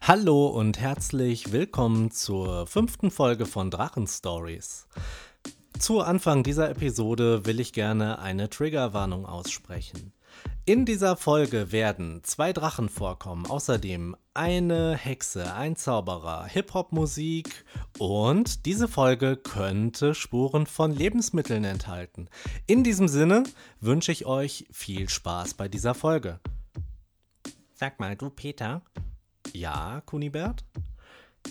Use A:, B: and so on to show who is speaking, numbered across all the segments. A: Hallo und herzlich willkommen zur fünften Folge von Drachen Stories. Zu Anfang dieser Episode will ich gerne eine Triggerwarnung aussprechen. In dieser Folge werden zwei Drachen vorkommen, außerdem eine Hexe, ein Zauberer, Hip-Hop-Musik und diese Folge könnte Spuren von Lebensmitteln enthalten. In diesem Sinne wünsche ich euch viel Spaß bei dieser Folge. Sag mal, du Peter, ja, Kunibert?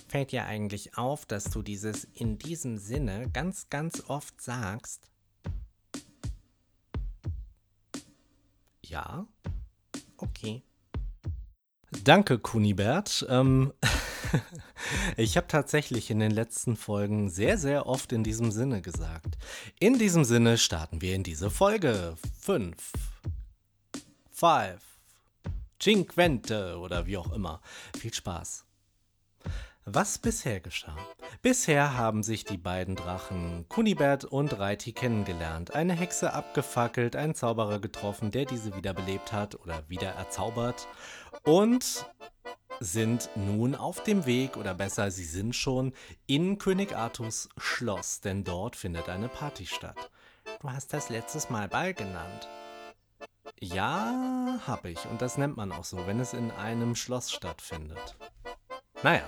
B: Fällt dir eigentlich auf, dass du dieses in diesem Sinne ganz, ganz oft sagst?
A: Ja?
B: Okay.
A: Danke, Kunibert. Ähm, ich habe tatsächlich in den letzten Folgen sehr, sehr oft in diesem Sinne gesagt. In diesem Sinne starten wir in diese Folge. Fünf, five, Cinquente oder wie auch immer. Viel Spaß. Was bisher geschah? Bisher haben sich die beiden Drachen Kunibert und Reiti kennengelernt, eine Hexe abgefackelt, einen Zauberer getroffen, der diese wiederbelebt hat oder wieder erzaubert und sind nun auf dem Weg oder besser, sie sind schon in König Artus Schloss, denn dort findet eine Party statt.
B: Du hast das letztes Mal Ball genannt.
A: Ja, hab ich. Und das nennt man auch so, wenn es in einem Schloss stattfindet. Naja.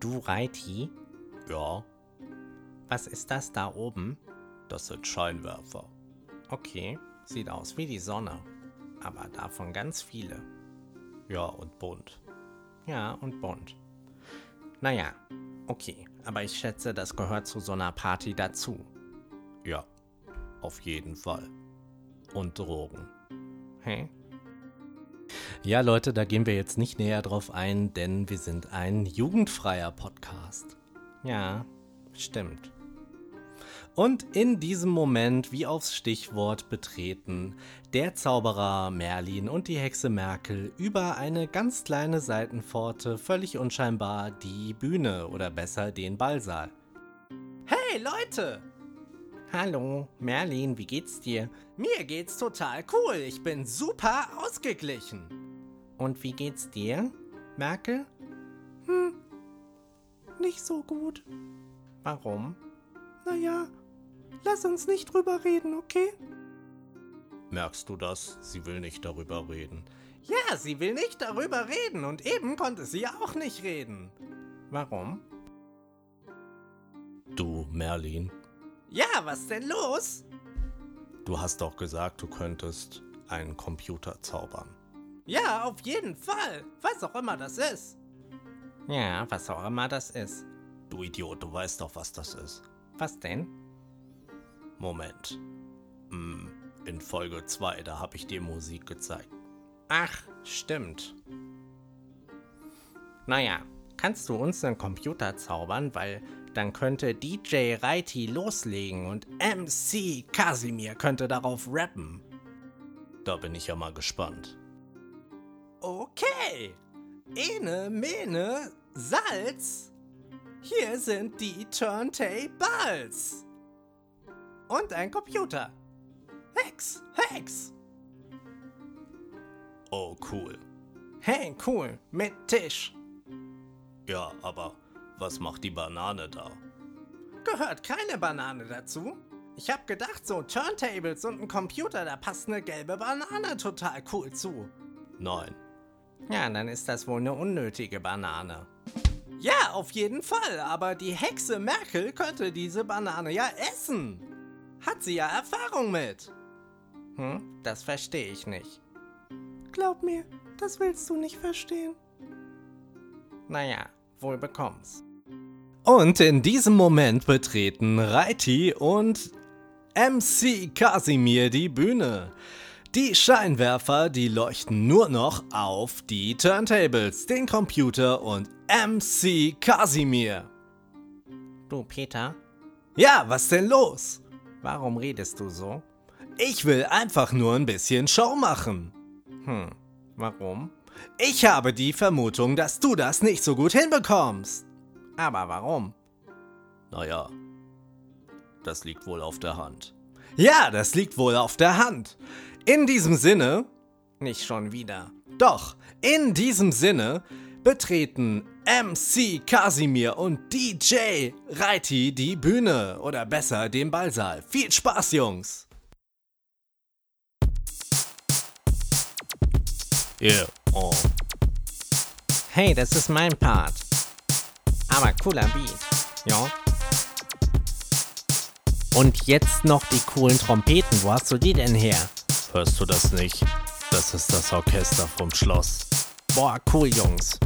B: Du Reiti,
A: Ja,
B: was ist das da oben?
A: das sind Scheinwerfer.
B: Okay, sieht aus wie die Sonne. Aber davon ganz viele.
A: Ja, und bunt.
B: Ja, und bunt. Naja, okay. Aber ich schätze, das gehört zu so einer Party dazu.
A: Ja, auf jeden Fall. Und Drogen.
B: Hä?
A: Ja, Leute, da gehen wir jetzt nicht näher drauf ein, denn wir sind ein jugendfreier Podcast.
B: Ja, stimmt.
A: Und in diesem Moment, wie aufs Stichwort betreten, der Zauberer Merlin und die Hexe Merkel über eine ganz kleine Seitenpforte völlig unscheinbar die Bühne oder besser den Ballsaal. Hey Leute!
B: Hallo, Merlin, wie geht's dir?
A: Mir geht's total cool. Ich bin super ausgeglichen.
B: Und wie geht's dir, Merkel?
A: Hm, Nicht so gut.
B: Warum?
A: Naja, lass uns nicht drüber reden, okay? Merkst du das? Sie will nicht darüber reden. Ja, sie will nicht darüber reden und eben konnte sie auch nicht reden.
B: Warum?
A: Du, Merlin,
B: Ja, was denn los?
A: du hast doch gesagt, du könntest einen Computer zaubern.
B: Ja, auf jeden Fall. Was auch immer das ist. Ja, was auch immer das ist.
A: Du Idiot, du weißt doch, was das ist.
B: Was denn?
A: Moment. Hm, in Folge 2, da habe ich dir Musik gezeigt.
B: Ach, stimmt. Naja, kannst du uns einen Computer zaubern, weil dann könnte DJ Reiti loslegen und MC Kasimir könnte darauf rappen.
A: Da bin ich ja mal gespannt.
B: Okay. Ene, Mene, Salz. Hier sind die Turntables. Und ein Computer. Hex, Hex.
A: Oh, cool.
B: Hey, cool. Mit Tisch.
A: Ja, aber was macht die Banane da?
B: Gehört keine Banane dazu? Ich hab gedacht, so Turntables und ein Computer, da passt eine gelbe Banane total cool zu.
A: Nein.
B: Ja, dann ist das wohl eine unnötige Banane. Ja, auf jeden Fall, aber die Hexe Merkel könnte diese Banane ja essen. Hat sie ja Erfahrung mit. Hm, das verstehe ich nicht. Glaub mir, das willst du nicht verstehen. Naja, wohl bekomm's.
A: Und in diesem Moment betreten Reiti und MC Kasimir die Bühne. Die Scheinwerfer, die leuchten nur noch auf die Turntables, den Computer und MC Kasimir.
B: Du, Peter,
A: Ja, was denn los?
B: warum redest du so?
A: Ich will einfach nur ein bisschen Show machen.
B: Hm, warum?
A: Ich habe die Vermutung, dass du das nicht so gut hinbekommst.
B: Aber warum?
A: Naja, das liegt wohl auf der Hand. Ja, das liegt wohl auf der Hand. In diesem Sinne,
B: Nicht schon wieder.
A: Doch, in diesem Sinne betreten MC Kasimir und DJ Reiti die Bühne oder besser den Ballsaal. Viel Spaß, Jungs! Yeah. Oh.
B: Hey, das ist mein Part. Aber cooler Beat. Ja. Und jetzt noch die coolen Trompeten. Wo hast du die denn her?
A: Hörst du das nicht? Das ist das Orchester vom Schloss.
B: Boah, cool, Jungs.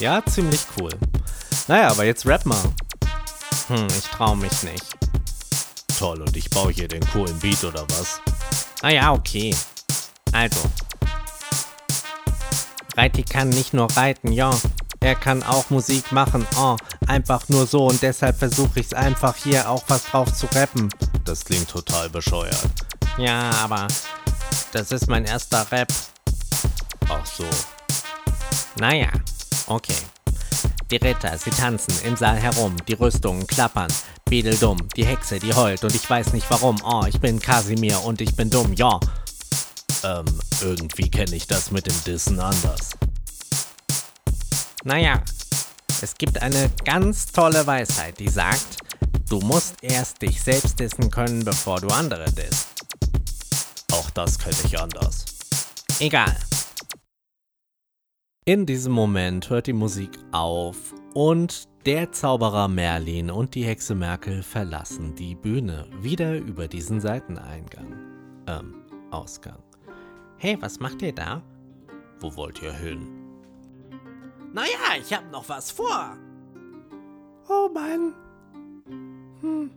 A: Ja, ziemlich cool. Naja, aber jetzt rap mal.
B: Hm, ich trau mich nicht.
A: Toll, und ich baue hier den coolen Beat oder was?
B: Ah ja, okay. Also. Reiti kann nicht nur reiten, ja. Er kann auch Musik machen, oh. Einfach nur so und deshalb versuche ich's einfach hier auch was drauf zu rappen.
A: Das klingt total bescheuert.
B: Ja, aber das ist mein erster Rap.
A: Ach so.
B: Naja, okay. Die Ritter, sie tanzen im Saal herum, die Rüstungen klappern. Bedeldumm, die Hexe, die heult und ich weiß nicht warum. Oh, ich bin Kasimir und ich bin dumm, ja.
A: Ähm, irgendwie kenne ich das mit dem Dissen anders.
B: Naja, es gibt eine ganz tolle Weisheit, die sagt, du musst erst dich selbst dissen können, bevor du andere disst.
A: Auch das kenne ich anders.
B: Egal.
A: In diesem Moment hört die Musik auf und der Zauberer Merlin und die Hexe Merkel verlassen die Bühne wieder über diesen Seiteneingang. Ähm, Ausgang.
B: Hey, was macht ihr da?
A: Wo wollt ihr hin?
B: Naja, ich hab noch was vor.
C: Oh Mann. Hm.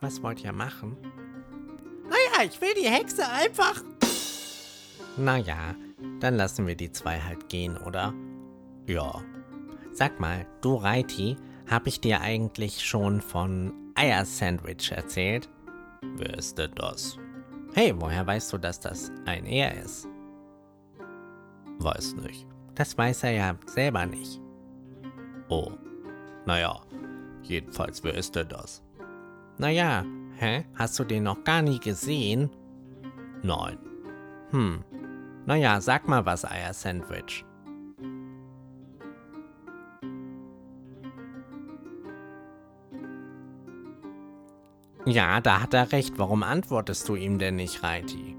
B: Was wollt ihr machen?
C: Naja, ich will die Hexe einfach.
B: Naja, dann lassen wir die zwei halt gehen, oder?
A: Ja.
B: Sag mal, du Reiti, hab ich dir eigentlich schon von Eier-Sandwich erzählt?
A: Wer ist denn das?
B: Hey, woher weißt du, dass das ein Er ist?
A: Weiß nicht.
B: Das weiß er ja selber nicht.
A: Oh. Naja. Jedenfalls, wer ist denn das?
B: Naja, hä? Hast du den noch gar nie gesehen?
A: Nein.
B: Hm. Naja, sag mal was, Eier-Sandwich. Ja, da hat er recht. Warum antwortest du ihm denn nicht, Reiti?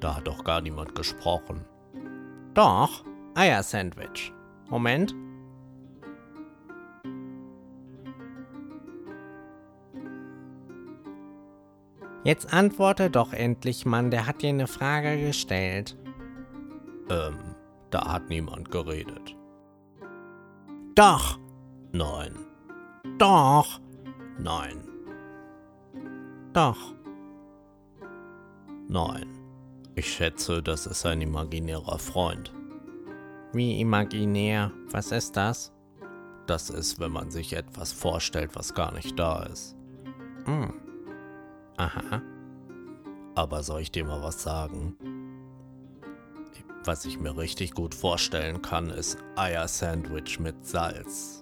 A: Da hat doch gar niemand gesprochen.
B: Doch, Eier-Sandwich. Moment. Jetzt antworte doch endlich, Mann, der hat dir eine Frage gestellt.
A: Ähm, da hat niemand geredet.
B: Doch,
A: Nein,
B: doch,
A: nein,
B: doch.
A: nein. Ich schätze, das ist ein imaginärer Freund.
B: Wie imaginär. Was ist das?
A: Das ist, wenn man sich etwas vorstellt, was gar nicht da ist.
B: Hm. Aha.
A: Aber soll ich dir mal was sagen? Was ich mir richtig gut vorstellen kann, ist Eier-Sandwich mit Salz.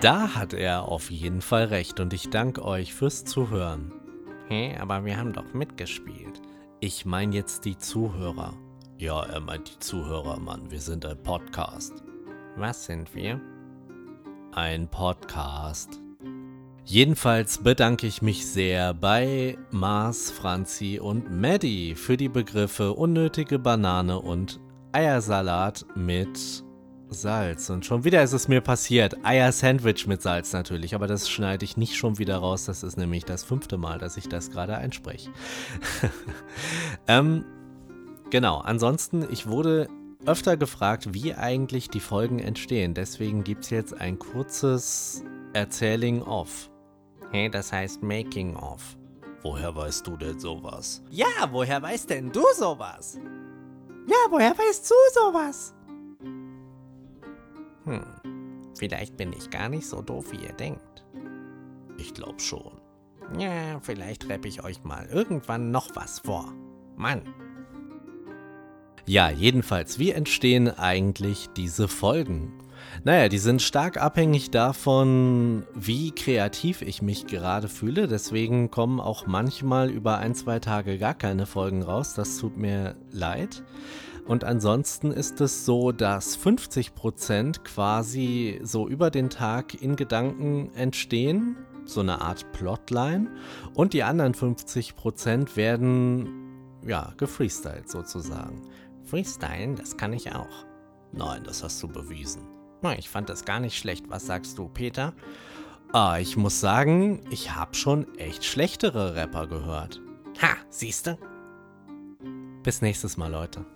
A: Da hat er auf jeden Fall recht und ich danke euch fürs Zuhören.
B: Hä, aber wir haben doch mitgespielt.
A: Ich meine jetzt die Zuhörer. Ja, er meint die Zuhörer, Mann. Wir sind ein Podcast.
B: Was sind wir?
A: Ein Podcast. Jedenfalls bedanke ich mich sehr bei Mars, Franzi und Maddie für die Begriffe unnötige Banane und Eiersalat mit Salz. Und schon wieder ist es mir passiert. Eiersandwich mit Salz natürlich, aber das schneide ich nicht schon wieder raus. Das ist nämlich das fünfte Mal, dass ich das gerade einspreche. ähm, genau, ansonsten, ich wurde öfter gefragt, wie eigentlich die Folgen entstehen. Deswegen gibt es jetzt ein kurzes Erzähling off.
B: Hä, das heißt Making of.
A: Woher weißt du denn sowas?
C: Ja, woher weißt denn du sowas? Ja, woher weißt du sowas?
B: Hm. Vielleicht bin ich gar nicht so doof, wie ihr denkt.
A: Ich glaub schon.
B: Ja, vielleicht rapp ich euch mal irgendwann noch was vor. Mann.
A: Ja, jedenfalls, wie entstehen eigentlich diese Folgen? Naja, die sind stark abhängig davon, wie kreativ ich mich gerade fühle. Deswegen kommen auch manchmal über ein, zwei Tage gar keine Folgen raus. Das tut mir leid. Und ansonsten ist es so, dass 50% quasi so über den Tag in Gedanken entstehen, so eine Art Plotline. Und die anderen 50% werden, ja, gefreestylt sozusagen.
B: Freestylen, das kann ich auch. Nein, das hast du bewiesen. Na, ich fand das gar nicht schlecht. Was sagst du, Peter?
A: Ah, ich muss sagen, ich habe schon echt schlechtere Rapper gehört.
B: Ha, siehst du?
A: Bis nächstes Mal, Leute.